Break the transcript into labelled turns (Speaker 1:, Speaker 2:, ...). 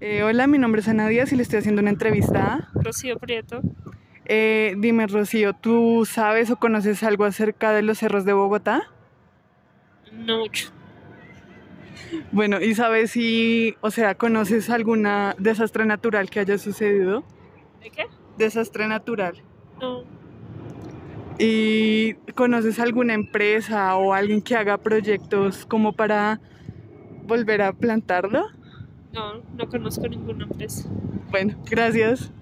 Speaker 1: Eh, hola, mi nombre es Ana Díaz y le estoy haciendo una entrevista.
Speaker 2: Rocío Prieto.
Speaker 1: Eh, dime, Rocío, ¿tú sabes o conoces algo acerca de los cerros de Bogotá?
Speaker 2: No mucho.
Speaker 1: Bueno, ¿y sabes si, o sea, conoces alguna desastre natural que haya sucedido?
Speaker 2: ¿De qué?
Speaker 1: Desastre natural.
Speaker 2: No.
Speaker 1: ¿Y conoces alguna empresa o alguien que haga proyectos como para volver a plantarlo?
Speaker 2: No, no conozco ninguna empresa.
Speaker 1: Bueno, gracias.